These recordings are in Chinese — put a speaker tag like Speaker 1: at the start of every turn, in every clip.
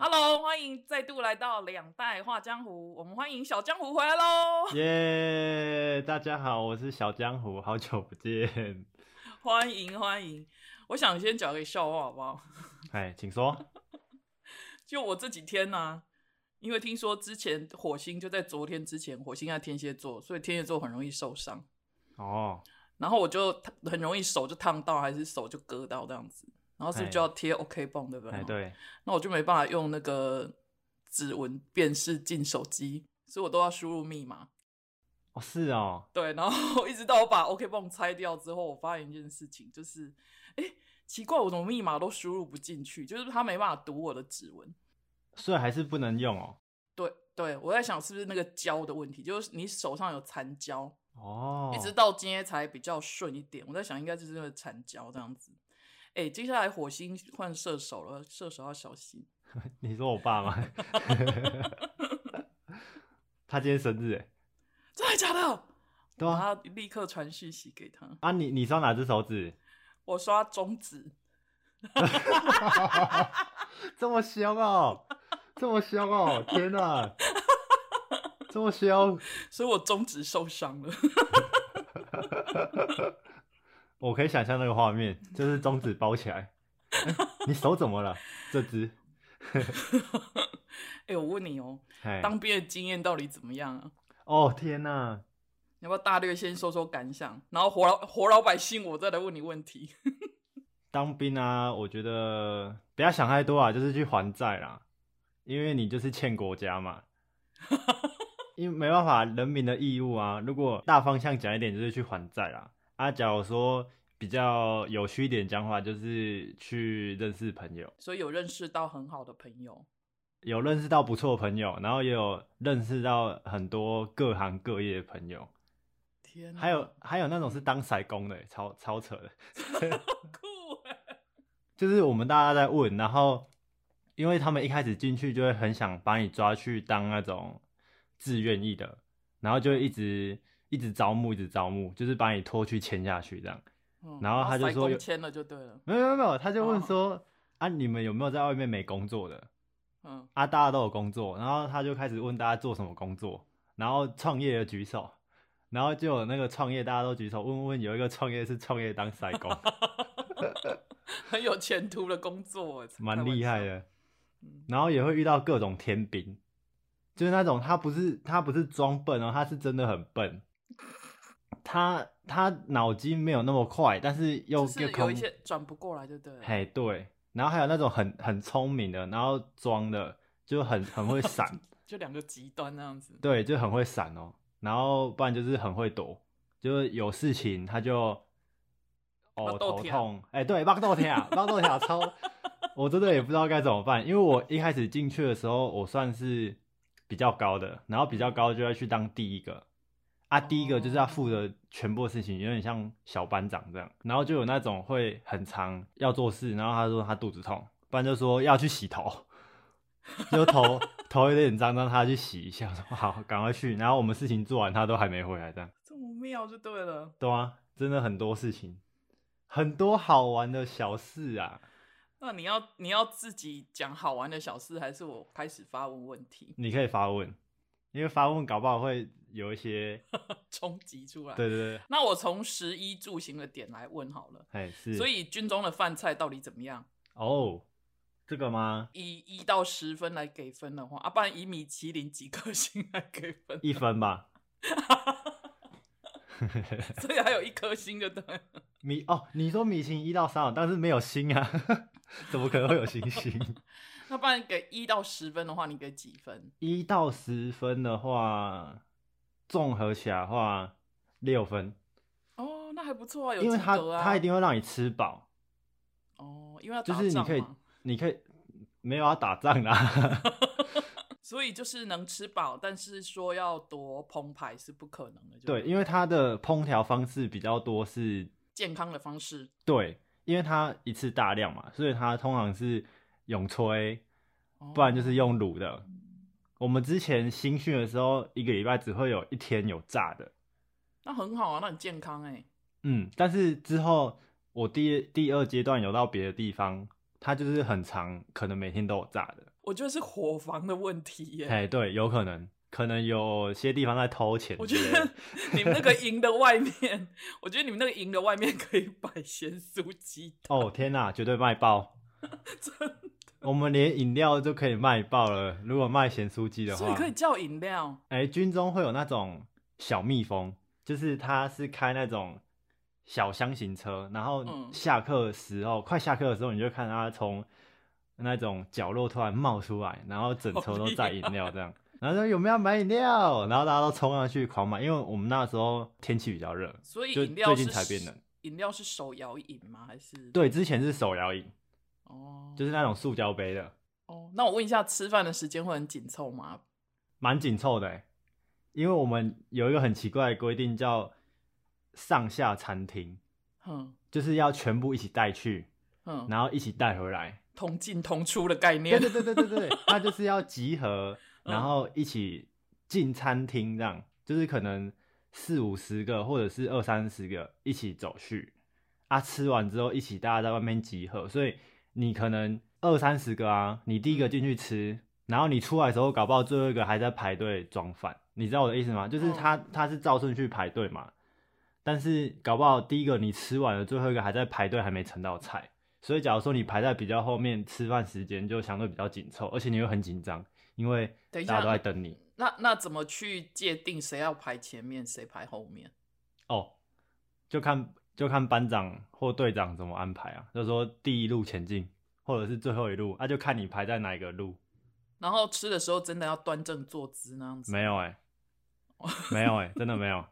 Speaker 1: Hello，欢迎再度来到两代画江湖，我们欢迎小江湖回来喽！
Speaker 2: 耶大家好，我是小江湖，好久不见。
Speaker 1: 欢迎欢迎！我想先讲个笑话好不好？
Speaker 2: 哎，请说。
Speaker 1: 就我这几天呢、因为听说之前火星就在昨天之前，火星在天蝎座，所以天蝎座很容易受伤，
Speaker 2: 哦，
Speaker 1: 然后我就很容易手就烫到，还是手就割到这样子，然后是不是就要贴 OK 绷，对不对？
Speaker 2: 哎，。对，
Speaker 1: 那我就没办法用那个指纹辨识进手机，所以我都要输入密码。
Speaker 2: 哦是哦，
Speaker 1: 对，然后 一直到我把 OK 泵拆掉之后，我发现一件事情，就是，哎，奇怪，我怎么密码都输入不进去？就是他没办法读我的指纹。
Speaker 2: 所以还是不能用哦。
Speaker 1: 对，对我在想是不是那个胶的问题，就是你手上有残胶，
Speaker 2: 哦，
Speaker 1: 一直到今天才比较顺一点。我在想应该就是那个残胶这样子。哎，接下来火星换射手了，射手要小心。
Speaker 2: 你说我爸吗？ 他今天生日哎，
Speaker 1: 真的假的？
Speaker 2: 对啊，
Speaker 1: 然后立刻传讯息给他，
Speaker 2: 啊你你刷哪只手指？
Speaker 1: 我刷中指。
Speaker 2: 这么凶哦，这么凶哦，天哪，这么凶！
Speaker 1: 所以我中指受伤了。
Speaker 2: 我可以想象那个画面，就是中指包起来。哎你手怎么了？这只？
Speaker 1: 哎、我问你哦，
Speaker 2: 哎，
Speaker 1: 当兵的经验到底怎么样啊？
Speaker 2: 哦天哪！
Speaker 1: 你要不要大略先说说感想，然后活老活老百姓，我再来问你问题。
Speaker 2: 当兵啊，我觉得不要想太多啊，就是去还债啦，因为你就是欠国家嘛。因为没办法，人民的义务啊。如果大方向讲一点，就是去还债啦。啊，假如说比较有趣一点讲法，就是去认识朋友，
Speaker 1: 所以有认识到很好的朋友，
Speaker 2: 有认识到不错的朋友，然后也有认识到很多各行各业的朋友，
Speaker 1: 天啊，
Speaker 2: 还有还有那种是当筛工的、超超 扯的。
Speaker 1: 酷欸
Speaker 2: 就是我们大家在问，然后因为他们一开始进去就会很想把你抓去当那种志愿役的，然后就会一直一直招募，一直招募，就是把你拖去签下去这样。
Speaker 1: 嗯
Speaker 2: 然后他就
Speaker 1: 塞
Speaker 2: 说
Speaker 1: 公
Speaker 2: 有
Speaker 1: 签了就对了，
Speaker 2: 没有没有没有，他就问
Speaker 1: 哦
Speaker 2: 说、啊，你们有没有在外面没工作的？
Speaker 1: 嗯，
Speaker 2: 啊，大家都有工作，然后他就开始问大家做什么工作，然后创业的举手，然后就有那个创业大家都举手，问问有一个创业是创业当塞工，
Speaker 1: 很有前途的工作欸，
Speaker 2: 蛮厉害的。
Speaker 1: 嗯
Speaker 2: 然后也会遇到各种天兵，就是那种他不是他不是装笨哦，他是真的很 笨，他他脑筋没有那么快，但是又
Speaker 1: 就是
Speaker 2: 又
Speaker 1: 有
Speaker 2: 空
Speaker 1: 一，些转不过来就对了，
Speaker 2: 嘿对，然后还有那种很很聪明的，然后装的就很很会闪，
Speaker 1: 就两个极端那样子，
Speaker 2: 对，就很会闪哦，然后不然就是很会躲，就是有事情他就。哦，
Speaker 1: 肉
Speaker 2: 头
Speaker 1: 痛
Speaker 2: 痛，哎、对，巴豆条，巴豆条超，我真的也不知道该怎么办，因为我一开始进去的时候，我算是比较高的，然后比较高就要去当第一个，啊，第一个就是要负责全部的事情，有点像小班长这样，然后就有那种会很长要做事，然后他说他肚子痛，不然就说要去洗头，就头头有点脏让他去洗一下，我说好，赶快去，然后我们事情做完，他都还没回来这样。
Speaker 1: 这么妙就对了。
Speaker 2: 对啊，真的很多事情，很多好玩的小事啊。
Speaker 1: 那你要你要自己讲好玩的小事，还是我开始发问问题，
Speaker 2: 你可以发问，因为发问搞不好会有一些，
Speaker 1: 冲击出来？
Speaker 2: 对对对，
Speaker 1: 那我从食衣住行的点来问好了。
Speaker 2: 哎是，
Speaker 1: 所以军中的饭菜到底怎么样？
Speaker 2: 哦，这个吗？
Speaker 1: 以一到十分来给分的话，啊，不然以米其林几颗星来给分，
Speaker 2: 一分吧，
Speaker 1: 所以还有一颗星就对了。
Speaker 2: 米哦，你说米其林一到三哦，但是没有星啊，怎么可能会有星星？
Speaker 1: 那不然给一到十分的话，你给几分？
Speaker 2: 一到十分的话，综合起来的话六分，
Speaker 1: 哦，那还不错啊，有
Speaker 2: 因为
Speaker 1: 及
Speaker 2: 它
Speaker 1: 格啊
Speaker 2: 它一定会让你吃饱，
Speaker 1: 哦，因为要
Speaker 2: 就
Speaker 1: 打
Speaker 2: 是你
Speaker 1: 仗
Speaker 2: 可以
Speaker 1: 嘛，
Speaker 2: 你可以没有要打仗啦。
Speaker 1: 所以就是能吃饱，但是说要多澎湃是不可能的。就
Speaker 2: 对，因为它的烹调方式比较多是，
Speaker 1: 健康的方式
Speaker 2: 对，因为它一次大量嘛，所以它通常是永炊，
Speaker 1: 哦
Speaker 2: 不然就是用卤的。我们之前新训的时候，一个礼拜只会有一天有炸的，
Speaker 1: 那很好啊，那很健康哎、
Speaker 2: 嗯，但是之后我第第二阶段有到别的地方，它就是很长，可能每天都有炸的。
Speaker 1: 我觉得是伙房的问题耶。
Speaker 2: 哎，对，有可能，可能有些地方在偷钱
Speaker 1: 我
Speaker 2: 之
Speaker 1: 觉
Speaker 2: 类 的。
Speaker 1: 得你们那个营的外面， 我觉得你们那个营的外面可以摆咸酥鸡蛋，
Speaker 2: 哦天哪，绝对卖爆！ 我们连饮料都可以卖爆了。如果卖咸酥鸡的
Speaker 1: 所以
Speaker 2: 话，
Speaker 1: 可以叫饮料。
Speaker 2: 哎、军中会有那种小蜜蜂，就是它是开那种小箱型车，然后
Speaker 1: 嗯
Speaker 2: 下课的时候，快下课的时候，你就看它从那种角落突然冒出来，然后整
Speaker 1: 好
Speaker 2: 车都
Speaker 1: 厉
Speaker 2: 载饮料这样。然后说有没有要买饮料？然后大家都冲上去狂买，因为我们那时候天气比较热，
Speaker 1: 所以
Speaker 2: 就
Speaker 1: 饮料
Speaker 2: 最
Speaker 1: 是
Speaker 2: 近才变冷。
Speaker 1: 饮料是手摇饮吗？还是
Speaker 2: 对，之前是手摇饮，
Speaker 1: 哦，
Speaker 2: 就是那种塑胶杯的，
Speaker 1: 哦。那我问一下，吃饭的时间会很紧凑吗？
Speaker 2: 蛮紧凑的欸。因为我们有一个很奇怪的规定，叫上下餐厅，
Speaker 1: 哼
Speaker 2: 就是要全部一起带去，
Speaker 1: 哼，
Speaker 2: 然后一起带回来。
Speaker 1: 同进同出的概
Speaker 2: 对
Speaker 1: 念
Speaker 2: 对对对对 对，它就是要集合，
Speaker 1: 嗯
Speaker 2: 然后一起进餐厅，这样就是可能四五十个或者是二三十个一起走去啊，吃完之后一起大家在外面集合，所以你可能二三十个啊，你第一个进去吃，然后你出来的时候，搞不好最后一个还在排队装饭，你知道我的意思吗？就是他他是照顺序排队嘛，但是搞不好第一个你吃完了，最后一个还在排队，还没盛到菜。所以，假如说你排在比较后面，吃饭时间就相对比较紧凑，而且你会很紧张，因为
Speaker 1: 等
Speaker 2: 大
Speaker 1: 一
Speaker 2: 家
Speaker 1: 下
Speaker 2: 都在等你。
Speaker 1: 那那怎么去界定谁要排前面，谁排后面？
Speaker 2: 哦，就看就看班长或队长怎么安排啊，就说第一路前进，或者是最后一路，那、啊就看你排在哪一个路。
Speaker 1: 然后吃的时候真的要端正坐姿那样子，
Speaker 2: 没有 哎、没有哎、真的没有。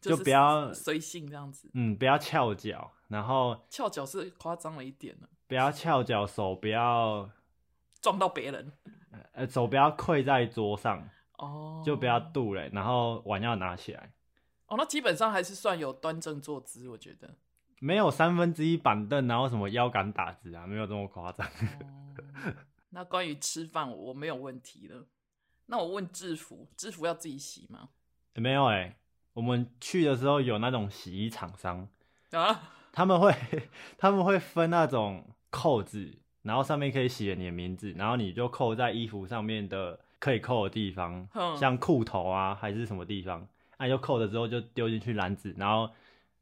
Speaker 1: 就
Speaker 2: 就是不要
Speaker 1: 随性这样子。
Speaker 2: 嗯，不要翘脚，然后
Speaker 1: 翘脚是夸张了一点了，
Speaker 2: 不要翘脚，手不要
Speaker 1: 撞到别人
Speaker 2: 呃手不要跪在桌上，
Speaker 1: 哦，
Speaker 2: 就不要度嘞、然后碗要拿起来。
Speaker 1: 哦。那基本上还是算有端正坐姿，我觉得。
Speaker 2: 没有三分之一板凳，然后什么腰杆打直啊，没有这么夸张。
Speaker 1: 哦， 那关于吃饭我没有问题了。那我问制服，制服要自己洗吗？
Speaker 2: 没有哎、我们去的时候有那种洗衣厂商，
Speaker 1: 啊，
Speaker 2: 他们会 他们会分那种扣子，然后上面可以写你的名字，然后你就扣在衣服上面的可以扣的地方，
Speaker 1: 嗯
Speaker 2: 像裤头啊还是什么地方，那、你就扣了之后就丢进去篮子，然后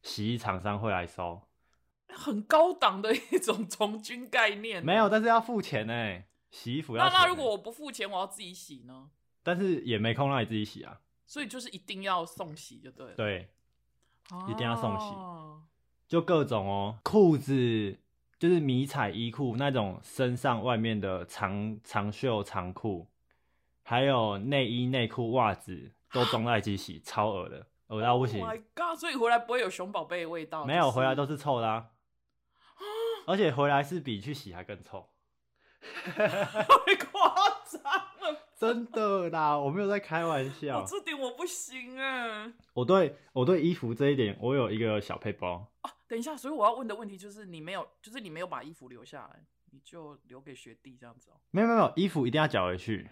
Speaker 2: 洗衣厂商会来收。
Speaker 1: 很高档的一种从军概念。啊
Speaker 2: 没有，，但是要付钱哎、洗衣服要
Speaker 1: 那
Speaker 2: 钱欸、
Speaker 1: 那如果我不付钱，我要自己洗呢？
Speaker 2: 但是也没空让你自己洗啊，
Speaker 1: 所以就是一定要送洗就对了。哦
Speaker 2: 对。
Speaker 1: 啊，
Speaker 2: 一定要送洗就各种哦，裤子就是迷彩衣裤那种，身上外面的长长袖长裤，还有内衣内裤袜子都装在一起洗，超恶的，恶到不
Speaker 1: Oh
Speaker 2: 行。
Speaker 1: my god！所以回来不会有熊宝贝的味道？
Speaker 2: 没有
Speaker 1: 就是
Speaker 2: 回来都是臭的、啊，而且回来是比去洗还更臭，
Speaker 1: 太夸张了，
Speaker 2: 真的啦，我没有在开玩
Speaker 1: 我
Speaker 2: 笑。
Speaker 1: 这点我不行哎。
Speaker 2: 我对我对衣服这一点，我有一个小配包，
Speaker 1: 等一下，所以我要问的问题就是，你没有，就是你没有把衣服留下来，你就留给学弟这样子哦、
Speaker 2: 没有没有没有，衣服一定要缴回去，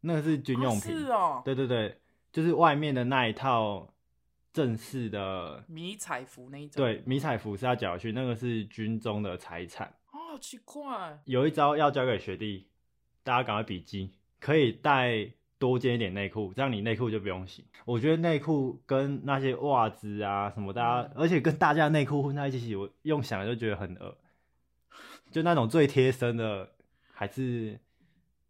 Speaker 2: 那个是军
Speaker 1: 啊
Speaker 2: 用品。
Speaker 1: 是哦，
Speaker 2: 对对对，就是外面的那一套正式的，
Speaker 1: 迷彩服那一种。
Speaker 2: 对，迷彩服是要缴回去，那个是军中的财产。
Speaker 1: 啊，好奇怪，
Speaker 2: 有一招要教给学弟，大家赶快笔记，可以带多件一点内裤，这样你内裤就不用洗。我觉得内裤跟那些袜子啊什么，大家、
Speaker 1: 嗯
Speaker 2: 而且跟大家的内裤混在一起洗，我用想就觉得很恶，就那种最贴身的，还是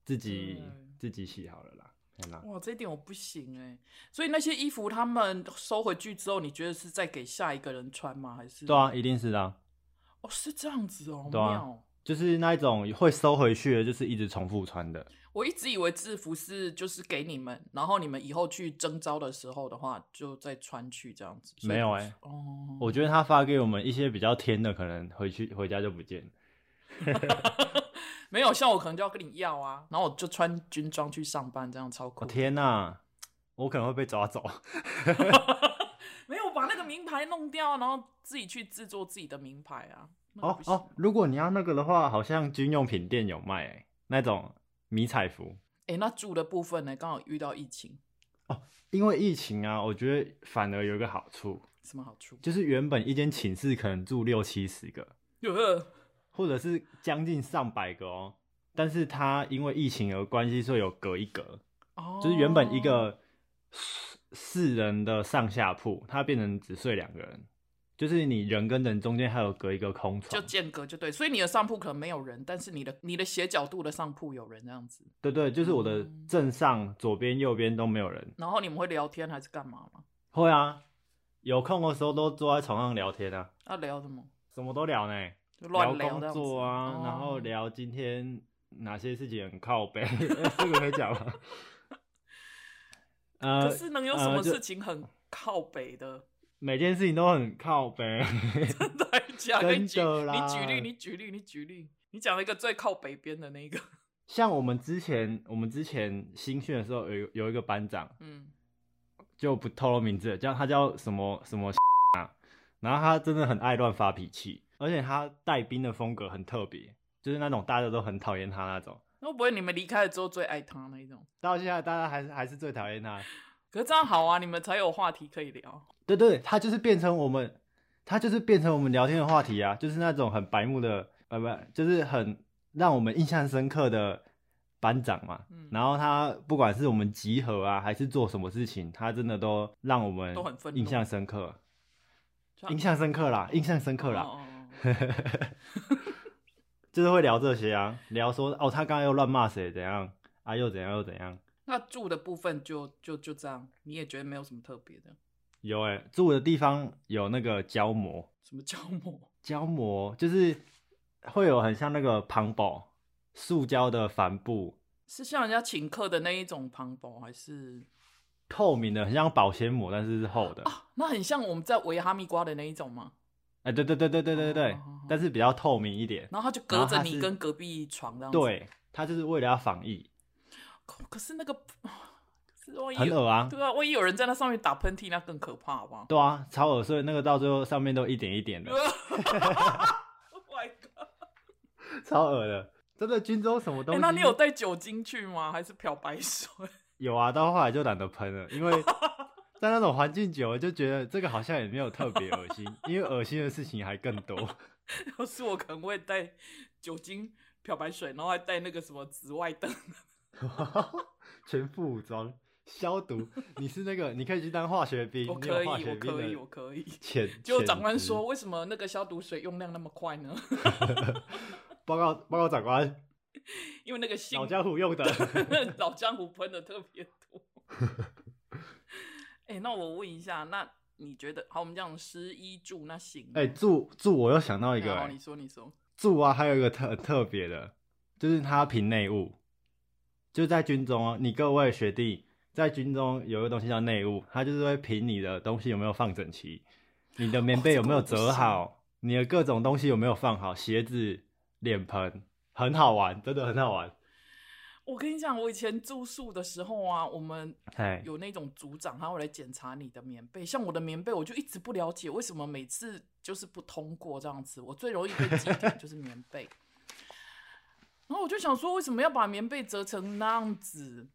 Speaker 2: 自己、
Speaker 1: 嗯
Speaker 2: 自己洗好了啦。天哪
Speaker 1: 哇，这一点我不行哎、所以那些衣服他们收回去之后，你觉得是在给下一个人穿吗？还是？
Speaker 2: 对啊，一定是的啊、
Speaker 1: 哦，是这样子哦，
Speaker 2: 对啊
Speaker 1: 妙哦。
Speaker 2: 就是那一种会收回去的，就是一直重复穿的。
Speaker 1: 我一直以为制服是就是给你们，然后你们以后去征招的时候的话，就再穿去这样子。所以
Speaker 2: 没有
Speaker 1: 不
Speaker 2: 欸
Speaker 1: 是哦，
Speaker 2: 我觉得他发给我们一些比较天的，可能回去回家就不见了。
Speaker 1: 没有，像我可能就要跟你要啊，然后我就穿军装去上班，这样超酷
Speaker 2: 我、。哦天哪、我可能会被抓走。
Speaker 1: 没有把那个名牌弄掉，啊然后自己去制作自己的名牌啊。那个
Speaker 2: 哦
Speaker 1: 不行
Speaker 2: 哦，如果你要那个的话，好像军用品店有卖、欸、那种迷彩服。
Speaker 1: 哎、那住的部分呢？刚好遇到疫情，
Speaker 2: 因为疫情啊，我觉得反而有一个好处，
Speaker 1: 什么好处？
Speaker 2: 就是原本一间寝室可能住六七十个，
Speaker 1: 呃，
Speaker 2: 或者是将近上百个哦。但是它因为疫情而关系，所以有隔一格，
Speaker 1: 哦，
Speaker 2: 就是原本一个四四人的上下铺，它变成只睡两个人，就是你人跟人中间还有隔一个空
Speaker 1: 就
Speaker 2: 床。
Speaker 1: 间隔就对，所以你的上铺可能没有人，但是你的你的斜角度的上铺有人这样子，
Speaker 2: 对对，就是我的
Speaker 1: 嗯
Speaker 2: 正上、左边、右边都没有人。
Speaker 1: 然后你们会聊天还是干嘛吗？
Speaker 2: 会啊，有空的时候都坐在床上聊天啊，
Speaker 1: 要、聊什么？
Speaker 2: 什么都聊呢，
Speaker 1: 就乱
Speaker 2: 聊
Speaker 1: 聊这
Speaker 2: 工
Speaker 1: 样子
Speaker 2: 作啊，然后
Speaker 1: 哦
Speaker 2: 聊今天哪些事情很靠背， 这个可以讲吗？ 呃
Speaker 1: 可，是能有什
Speaker 2: 呃
Speaker 1: 么
Speaker 2: 就
Speaker 1: 事情很靠北的？
Speaker 2: 每件事情都很靠背，
Speaker 1: 来讲，你举
Speaker 2: 真的
Speaker 1: 你
Speaker 2: 啦
Speaker 1: 举例，你举例，你举例，你讲了一个最靠北边的那一个，
Speaker 2: 像我们之前，我们之前新训的时候有一有一个班长，
Speaker 1: 嗯，
Speaker 2: 就不透露名字了，叫他叫什么什么、啊，然后他真的很爱乱发脾气，而且他带兵的风格很特别，就是那种大家都很讨厌他那种，
Speaker 1: 那会不会你们离开了之后最爱他那一种？
Speaker 2: 到现在大家还是还是最讨厌他。
Speaker 1: 可是这样好啊，你们才有话题可以聊。
Speaker 2: 对对，他就是变成我们，他就是变成我们聊天的话题啊，就是那种很白目的，呃，不，就是很让我们印象深刻的班长嘛。
Speaker 1: 嗯
Speaker 2: 然后他不管是我们集合啊，还是做什么事情，他真的都让我们
Speaker 1: 都很愤怒
Speaker 2: 印象深刻，
Speaker 1: 这样
Speaker 2: 印象深刻啦，印象深刻啦，
Speaker 1: 哦 哦哦
Speaker 2: 就是会聊这些啊，聊说哦，他刚刚又乱骂谁怎样啊，又怎样又怎样。
Speaker 1: 那住的部分就就就这样，你也觉得没有什么特别的，
Speaker 2: 有诶、住的地方有那个胶膜，
Speaker 1: 什么胶膜？
Speaker 2: 胶膜就是会有很像那个磅宝，塑胶的帆布，
Speaker 1: 是像人家请客的那一种磅礴，还是
Speaker 2: 透明的，很像保鲜膜，但是是厚的。哎、
Speaker 1: 啊？那很像我们在围哈密瓜的那一种吗？
Speaker 2: 哎对对对对对对对，
Speaker 1: 哦哦哦
Speaker 2: 但是比较透明一点。
Speaker 1: 然后他就隔
Speaker 2: 然后
Speaker 1: 着
Speaker 2: 它
Speaker 1: 你
Speaker 2: 是
Speaker 1: 跟隔壁床这样子。，
Speaker 2: 对，它就是为了要防疫，
Speaker 1: 可是那个，啊可是万一
Speaker 2: 很
Speaker 1: 有
Speaker 2: 恶啊。
Speaker 1: 对啊，万一有人在那上面打喷嚏，那更可怕，好不好？
Speaker 2: 对啊，超恶，所以那个到最后上面都一点 一点的，
Speaker 1: 啊 Oh my god！
Speaker 2: 超恶的。真的，军中什么东
Speaker 1: 哎、
Speaker 2: 西？
Speaker 1: 那你有带酒精去吗？还是漂白水？
Speaker 2: 有啊，到后来就懒得喷了，因为在那种环境久了，就觉得这个好像也没有特别恶心，因为恶心的事情还更多。
Speaker 1: 要是我可能会带酒精、漂白水，然后还带那个什么紫外灯。
Speaker 2: 全副武装消毒，你是那个，你可以去当化学兵，
Speaker 1: 我
Speaker 2: 你有
Speaker 1: 可以，
Speaker 2: 化学
Speaker 1: 我
Speaker 2: 兵
Speaker 1: 可以，我
Speaker 2: 的
Speaker 1: 可以。
Speaker 2: 潜。
Speaker 1: 就
Speaker 2: 潜
Speaker 1: 长官
Speaker 2: 质
Speaker 1: 说，，为什么那个消毒水用量那么快呢？
Speaker 2: 报告报告长官，
Speaker 1: 因为那个性
Speaker 2: 老 江湖用的。
Speaker 1: 老江湖喷的特别多。 哎、那我问一下，那你觉得好？我们讲食衣住，那行吗？
Speaker 2: 哎、住住，我又想到一个、
Speaker 1: 好
Speaker 2: 哎
Speaker 1: 你说，你说，
Speaker 2: 住啊，还有一个特特别的，就是它平内务，就在军中哦。你各位学弟在军中有一个东西叫内务，它就是会评你的东西有没有放整齐，你的
Speaker 1: 哦
Speaker 2: 棉被有没有折好，你的各种东西有没有放好，鞋子、脸盆，很好玩，真的很好玩。
Speaker 1: 我跟你讲，我以前住宿的时候啊，我们
Speaker 2: 哎，
Speaker 1: 有那种组长，他会来检查你的棉被。像我的棉被，我就一直不了解为什么每次就是不通过这样子。我最容易被击点就是棉被。然后我就想说，为什么要把棉被折成那样子？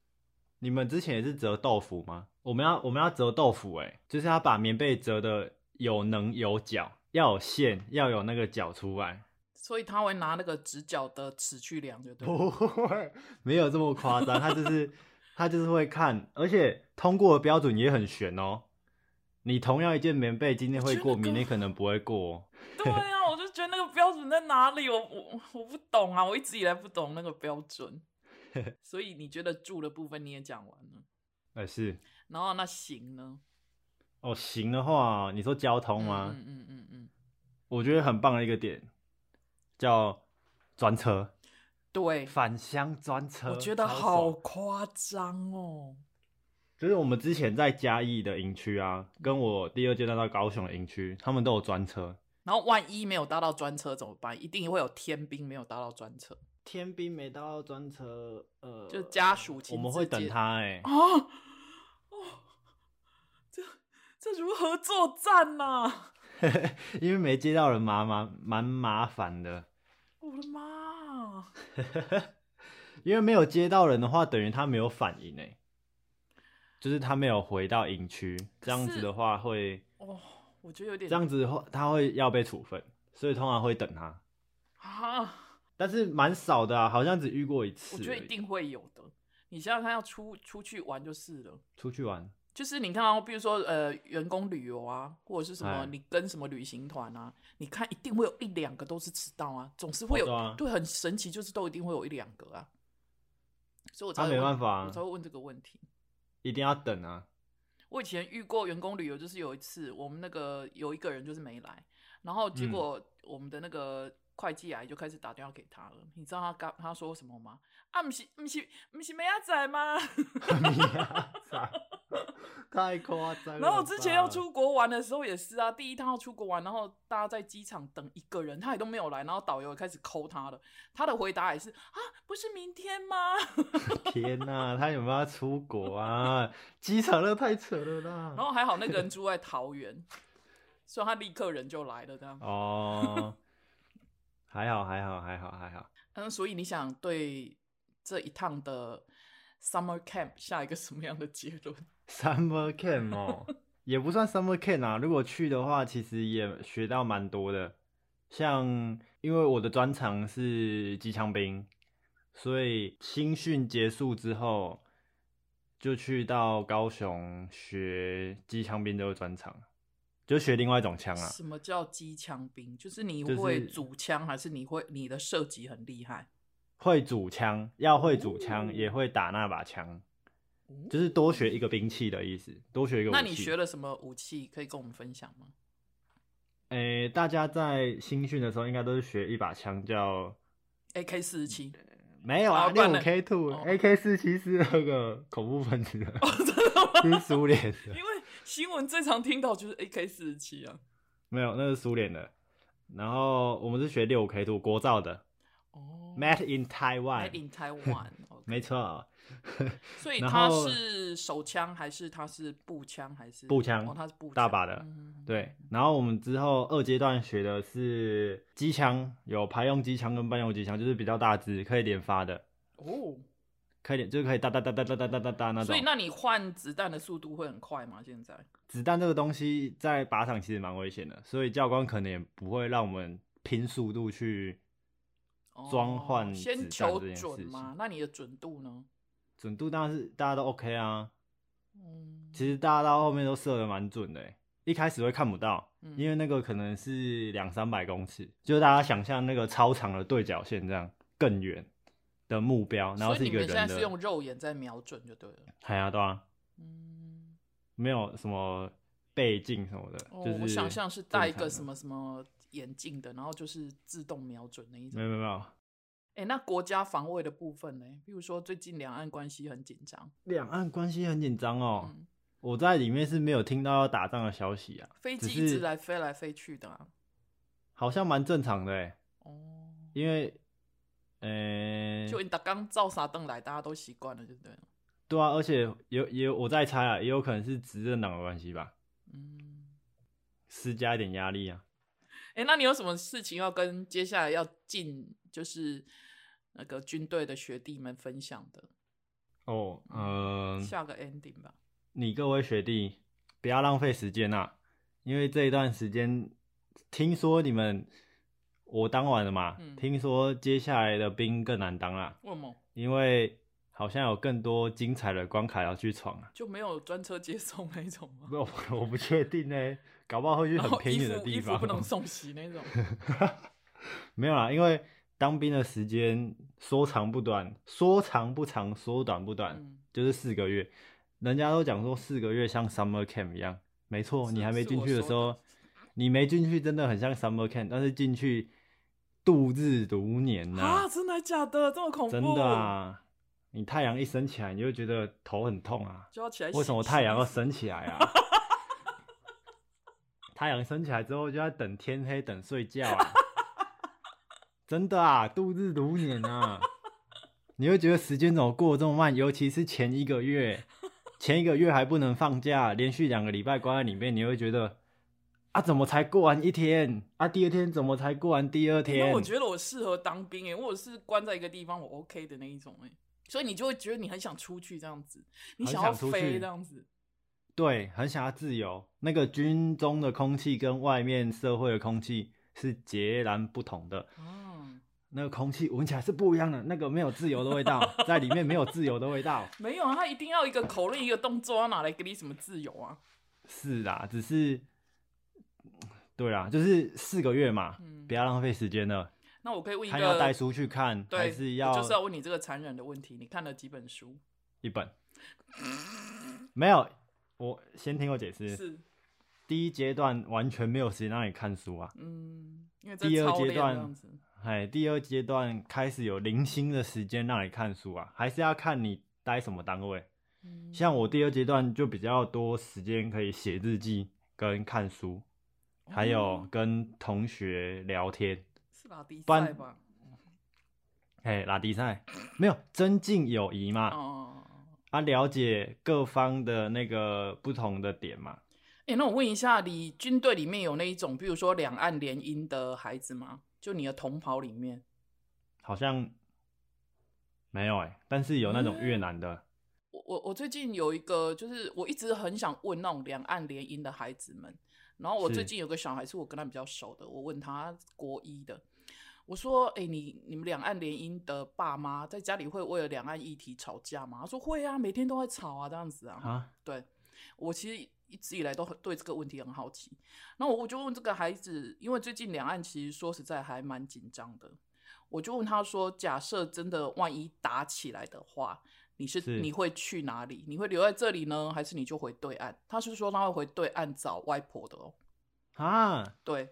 Speaker 2: 你们之前也是折豆腐吗？我们要我们要折豆腐、哎，就是要把棉被折的有棱有角，要有线，要有那个角出来。
Speaker 1: 所以他会拿那个直角的尺去量，就对了。
Speaker 2: 不会，没有这么夸张。他就是他就是会看，而且通过的标准也很悬哦。你同样一件棉被，今天会过，
Speaker 1: 我觉得那个
Speaker 2: 明天可能不会过、哦。
Speaker 1: 对啊，我就觉得那个标准在哪里，我我我不懂啊，我一直以来不懂那个标准。所以你觉得住的部分你也讲完了，
Speaker 2: 呃，是
Speaker 1: 然后那行呢？
Speaker 2: 哦，行的话，你说交通吗？
Speaker 1: 嗯嗯嗯嗯，
Speaker 2: 我觉得很棒的一个点叫专车，
Speaker 1: 对，
Speaker 2: 返乡专车，
Speaker 1: 我觉得
Speaker 2: 超
Speaker 1: 好
Speaker 2: 爽。
Speaker 1: 夸张哦。
Speaker 2: 就是我们之前在嘉义的营区啊，跟我第二阶段到高雄的营区，他们都有专车。
Speaker 1: 然后万一没有搭到专车怎么办？一定会有天兵没有搭到专车
Speaker 2: 天兵没到专车，呃
Speaker 1: 就家属请
Speaker 2: 我们会
Speaker 1: 直接
Speaker 2: 等他哎、
Speaker 1: 啊！哦，这这如何作战呐、
Speaker 2: 因为没接到人麻麻蛮麻烦的，
Speaker 1: 我的妈！
Speaker 2: 因为没有接到人的话，等于他没有反应诶，就是他没有回到营区，这样子的话会
Speaker 1: 哦，我觉得有点
Speaker 2: 这样子的话他会要被处分，所以通常会等他。
Speaker 1: 啊，
Speaker 2: 但是蛮少的啊，好像只遇过一次
Speaker 1: 我
Speaker 2: 而已。
Speaker 1: 觉得一定会有的。你想想看，要出出去玩就是了。
Speaker 2: 出去玩，
Speaker 1: 就是你看到，比如说呃，员工旅游啊，或者是什么，
Speaker 2: 哎
Speaker 1: 你跟什么旅行团啊，你看一定会有一两个都是迟到啊，总是会有，
Speaker 2: 哦对啊
Speaker 1: 对，很神奇，就是都一定会有一两个啊，所以我才
Speaker 2: 他、
Speaker 1: 会
Speaker 2: 没
Speaker 1: 问
Speaker 2: 办法、
Speaker 1: 我
Speaker 2: 啊
Speaker 1: 才，会问这个问题。
Speaker 2: 一定要等啊。
Speaker 1: 我以前遇过员工旅游，就是有一次我们那个有一个人就是没来，然后
Speaker 2: 嗯
Speaker 1: 结果我们的那个会计阿姨就开始打电话给他了。你知道他刚他说什么吗？啊，不是不是不是梅亚仔吗？
Speaker 2: 米亚仔太夸张了吧。
Speaker 1: 然后我之前要出国玩的时候也是啊，第一趟要出国玩，然后大家在机场等一个人，他也都没有来，然后导游也开始抠他了。他的回答也是啊，不是明天吗？
Speaker 2: 天呐、他有没有要出国啊？ 机场那太扯了
Speaker 1: 然
Speaker 2: 啦。
Speaker 1: 后还好那个人住在桃园，所以他立刻人就来了这样。
Speaker 2: 哦，还好，还好，还好，还好。
Speaker 1: 嗯，所以你想对这一趟的 summer camp 下一个什么样的结论？
Speaker 2: Summer camp 哦，也不算 Summer camp 啊。如果去的话，其实也学到蛮多的。像因为我的专长是机枪兵，所以新训结束之后，就去到高雄学机枪兵这个专长，就学另外一种枪 啊。
Speaker 1: 什么叫机枪兵？就是你
Speaker 2: 就是
Speaker 1: 会组枪，还是你会你的射击很厉害？
Speaker 2: 会组枪，要会组
Speaker 1: 哦
Speaker 2: 枪，也会打那把枪，
Speaker 1: 哦
Speaker 2: 就是多学一个兵器的意思，多学一个武器。
Speaker 1: 那你学了什么武器？可以跟我们分享吗？
Speaker 2: 诶、大家在新训的时候应该都是学一把枪叫
Speaker 1: AK 四十七，
Speaker 2: 没有
Speaker 1: 啊
Speaker 2: 啊，
Speaker 1: 不然
Speaker 2: 六
Speaker 1: 呢
Speaker 2: 五 K two
Speaker 1: 哦
Speaker 2: AK 四七是那个恐怖分 子的，是苏联的，
Speaker 1: 因为新闻最常听到就是 AK 四十七啊。
Speaker 2: 没有那是苏联的。然后我们是学六五 K two 国造的
Speaker 1: 哦
Speaker 2: ，Made in Taiwan，
Speaker 1: Made in Taiwan，OK
Speaker 2: 没错，啊
Speaker 1: 所以
Speaker 2: 然
Speaker 1: 它
Speaker 2: 后
Speaker 1: 是手枪还是它是步枪还是
Speaker 2: 步枪
Speaker 1: 哦，它是步枪，
Speaker 2: 大把的
Speaker 1: 嗯，
Speaker 2: 对。然后我们之后二阶段学的是机枪，有排用机枪跟半用机枪，就是比较大支，可以连发的，
Speaker 1: 哦。
Speaker 2: 可以连就是可以哒哒哒哒哒哒哒哒哒那种。
Speaker 1: 所以那你换子弹的速度会很快吗？现在？
Speaker 2: 子弹这个东西在靶场其实蛮危险的，所以教官可能也不会让我们拼速度去装换
Speaker 1: 哦、
Speaker 2: 子弹
Speaker 1: 先
Speaker 2: 这
Speaker 1: 求
Speaker 2: 件事
Speaker 1: 准
Speaker 2: 情。
Speaker 1: 嘛，那你的准度呢？
Speaker 2: 准度当然是大家都 OK 啊，
Speaker 1: 嗯，
Speaker 2: 其实大家到后面都射的蛮准的欸，一开始会看不到，
Speaker 1: 嗯
Speaker 2: 因为那个可能是两三百公尺，就是大家想象那个超长的对角线这样更远的目标，然后
Speaker 1: 所
Speaker 2: 是
Speaker 1: 以
Speaker 2: 一
Speaker 1: 你
Speaker 2: 个
Speaker 1: 们
Speaker 2: 人
Speaker 1: 现在
Speaker 2: 的
Speaker 1: 是，用肉眼在瞄准就对了。
Speaker 2: 海啊，对啊，
Speaker 1: 嗯，
Speaker 2: 没有什么倍镜什么的，
Speaker 1: 哦，
Speaker 2: 就是
Speaker 1: 我想象是戴一
Speaker 2: 正常
Speaker 1: 个
Speaker 2: 的
Speaker 1: 什么什么眼镜的，然后就是自动瞄准那一种
Speaker 2: 没。有没有没有，
Speaker 1: 哎、那国家防卫的部分呢？比如说最近两岸关系很紧张，
Speaker 2: 两岸关系很紧张哦。
Speaker 1: 嗯，
Speaker 2: 我在里面是没有听到要打仗的消息啊，
Speaker 1: 飞机
Speaker 2: 只
Speaker 1: 一
Speaker 2: 是
Speaker 1: 直来飞来飞去的、啊。
Speaker 2: 好像蛮正常的欸，
Speaker 1: 哦，
Speaker 2: 因为，呃、
Speaker 1: 就你打刚照啥灯来，大家都习惯了，就对了。
Speaker 2: 对啊，而且有也有我在猜啊，也有可能是执政党的关系吧，
Speaker 1: 嗯。
Speaker 2: 施加一点压力啊。
Speaker 1: 哎、那你有什么事情要跟接下来要进就是那个军队的学弟们分享的？
Speaker 2: 哦，嗯、
Speaker 1: 下个 ending 吧。
Speaker 2: 你各位学弟不要浪费时间啊，因为这一段时间听说你们我当完了嘛，
Speaker 1: 嗯
Speaker 2: 听说接下来的兵更难当啦，
Speaker 1: 为什么
Speaker 2: 因为好像有更多精彩的关卡要去闯啊。
Speaker 1: 就没有专车接送那一种吗？
Speaker 2: 不，我我不确定呢、搞不好会去
Speaker 1: 然
Speaker 2: 很
Speaker 1: 后
Speaker 2: 偏
Speaker 1: 衣
Speaker 2: 远的
Speaker 1: 服
Speaker 2: 地
Speaker 1: 衣服
Speaker 2: 方。
Speaker 1: 不 能送洗那种。
Speaker 2: 没有啦，因为当兵的时间说长不短，说长不长，说短不短，
Speaker 1: 嗯，
Speaker 2: 就是四个月。人家都讲说四个月像 summer camp 一样，没错，
Speaker 1: 是
Speaker 2: 你还没
Speaker 1: 是
Speaker 2: 进
Speaker 1: 我
Speaker 2: 去的
Speaker 1: 说
Speaker 2: 时候
Speaker 1: 的，
Speaker 2: 你没进去真的很像 summer camp，但是进去度日如年呐、
Speaker 1: 啊，真的假的？这么恐怖？哦
Speaker 2: 真的啊！你太阳一升起来，你就觉得头很痛啊。
Speaker 1: 就要起来洗。
Speaker 2: 为什么太阳要
Speaker 1: 洗衣服
Speaker 2: 升起来 啊？太阳升起来之后就要等天黑，等睡觉啊！真的啊，度日如年啊！你会觉得时间怎么过得这么慢？尤其是前一个月，前一个月还不能放假，连续两个礼拜关在里面，你会觉得啊，怎么才过完一天？啊，第二天怎么才过完第二
Speaker 1: 欸那
Speaker 2: 天？
Speaker 1: 我觉得我适合当兵哎、欸，我是关在一个地方，我 OK 的那一种哎、欸，所以你就会觉得你很想出去这样子，你
Speaker 2: 很
Speaker 1: 要
Speaker 2: 想出
Speaker 1: 飞
Speaker 2: 去
Speaker 1: 这样子，
Speaker 2: 对，很想要自由。那个军中的空气跟外面社会的空气是截然不同的。
Speaker 1: 啊，
Speaker 2: 那个空气闻起来是不一样的，那个没有自由的味道，在里面没有自由的味道。
Speaker 1: 没有啊，他一定要一个口令一个动作，他哪来给你什么自由啊？
Speaker 2: 是啦，只是，对啦，就是四个月嘛，
Speaker 1: 嗯
Speaker 2: 不要浪费时间了。
Speaker 1: 那我可以问一
Speaker 2: 看要带
Speaker 1: 个，
Speaker 2: 书去看，
Speaker 1: 对，
Speaker 2: 还是要
Speaker 1: 我就是要问你这个残忍的问题，你看了几本书？
Speaker 2: 一本？没有，我先听我解释。
Speaker 1: 是，
Speaker 2: 第一阶段完全没有时间让你看书啊，
Speaker 1: 嗯，因为这
Speaker 2: 第二
Speaker 1: 操
Speaker 2: 阶
Speaker 1: 练这
Speaker 2: 段
Speaker 1: 样子，
Speaker 2: 哎，第二阶段开始有零星的时间让你看书啊，还是要看你待什么单位。
Speaker 1: 嗯
Speaker 2: 像我第二阶段就比较多时间可以写日记跟看书，还有
Speaker 1: 哦
Speaker 2: 跟同学聊天。
Speaker 1: 是拉迪
Speaker 2: 不然
Speaker 1: 赛吧？
Speaker 2: 哎，拉迪赛没有增进友谊嘛？
Speaker 1: 哦，
Speaker 2: 啊，了解各方的那个不同的点嘛。
Speaker 1: 哎、那我问一下，你军队里面有那一种，比如说两岸联姻的孩子吗？就你的同袍里面，
Speaker 2: 好像没有哎、但是有那种越南的，
Speaker 1: 我我我最近有一个，就是我一直很想问那种两岸联姻的孩子们。然后我
Speaker 2: 是
Speaker 1: 最近有个小孩是我跟他比较熟的，我问他国一的，我说：“哎、你你们两岸联姻的爸妈在家里会为了两岸议题吵架吗？”他说：“会啊，每天都会吵啊，这样子啊。”
Speaker 2: 啊，
Speaker 1: 对我其实一直以来都很对这个问题很好奇。那我我就问这个孩子，因为最近两岸其实说实在还蛮紧张的，我就问他说：假设真的万一打起来的话，你是
Speaker 2: 是
Speaker 1: 你会去哪里？你会留在这里呢，还是你就回对岸？他是说他会回对岸找外婆的哦。
Speaker 2: 啊，
Speaker 1: 对，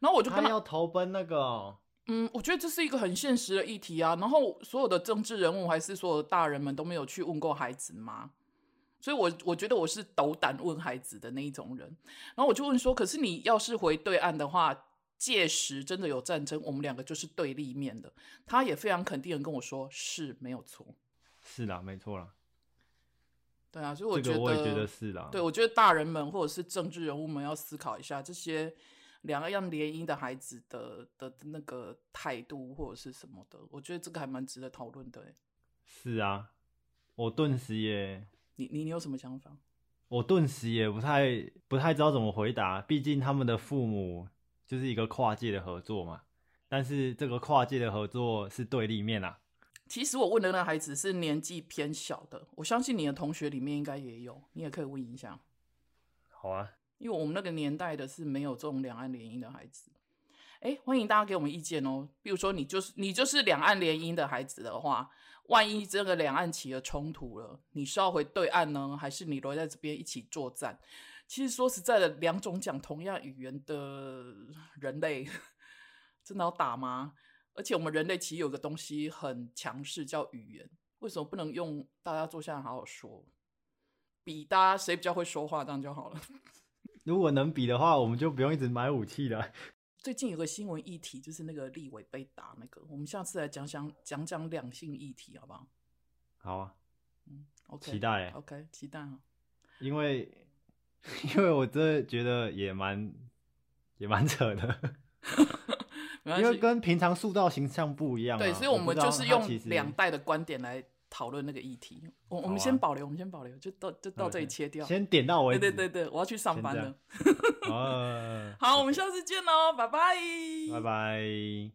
Speaker 1: 然后我就跟
Speaker 2: 他
Speaker 1: 他
Speaker 2: 要投奔那个哦、
Speaker 1: 嗯，我觉得这是一个很现实的议题啊。然后所有的政治人物还是所有的大人们都没有去问过孩子吗？所以我，我觉得我是斗胆问孩子的那一种人。然后我就问说：“可是你要是回对岸的话，届时真的有战争，我们两个就是对立面的。”他也非常肯定的跟我说：“是没有错。
Speaker 2: 是啦，没错啦，”
Speaker 1: 对啊，所以我
Speaker 2: 这
Speaker 1: 觉
Speaker 2: 个
Speaker 1: 得，
Speaker 2: 我也觉得是啦，
Speaker 1: 对，我觉得大人们或者是政治人物们要思考一下这些两岸联姻的孩子的的那个态度或者是什么的，我觉得这个还蛮值得讨论的欸。
Speaker 2: 是啊，我顿时也，
Speaker 1: 你你你有什么想法？
Speaker 2: 我顿时也不太不太知道怎么回答，毕竟他们的父母就是一个跨界的合作嘛，但是这个跨界的合作是对立面啊，
Speaker 1: 其实我问的那个孩子是年纪偏小的，我相信你的同学里面应该也有，你也可以问一下，
Speaker 2: 好啊，
Speaker 1: 因为我们那个年代的是没有这种两岸联姻的孩子。哎，欢迎大家给我们意见哦。比如说，你就是你就是两岸联姻的孩子的话，万一这个两岸起了冲突了，你是要回对岸呢，还是你留在这边一起作战？其实说实在的，两种讲同样语言的人类， 真的要打吗？而且我们人类其实有个东西很强势，叫语言。为什么不能用大家坐下来好好说，比大家谁比较会说话，这样就好了？
Speaker 2: 如果能比的话，我们就不用一直买武器了。
Speaker 1: 最近有个新闻议题，就是那个立委被打那个，我们下次来讲讲讲讲两性议题，好不好
Speaker 2: 好啊，
Speaker 1: ？OK，
Speaker 2: 期待欸、
Speaker 1: ，OK，期待啊。
Speaker 2: 因为因为我真的觉得也蛮也蛮扯的，
Speaker 1: 没关
Speaker 2: 因为
Speaker 1: 系，
Speaker 2: 跟平常塑造形象不一样、啊。
Speaker 1: 对，所以
Speaker 2: 我不
Speaker 1: 们
Speaker 2: 知道
Speaker 1: 就是
Speaker 2: 他
Speaker 1: 用
Speaker 2: 其实
Speaker 1: 两代的观点来讨论那个议题。我我
Speaker 2: 好
Speaker 1: 们
Speaker 2: 啊
Speaker 1: 先保留，我们先保留，就到就到这里切掉。
Speaker 2: 嗯先点到为
Speaker 1: 对
Speaker 2: 止。
Speaker 1: 对对对，我要去上班了。
Speaker 2: 对。哦，
Speaker 1: 好，我们下次见哦喽，拜拜，
Speaker 2: 拜拜。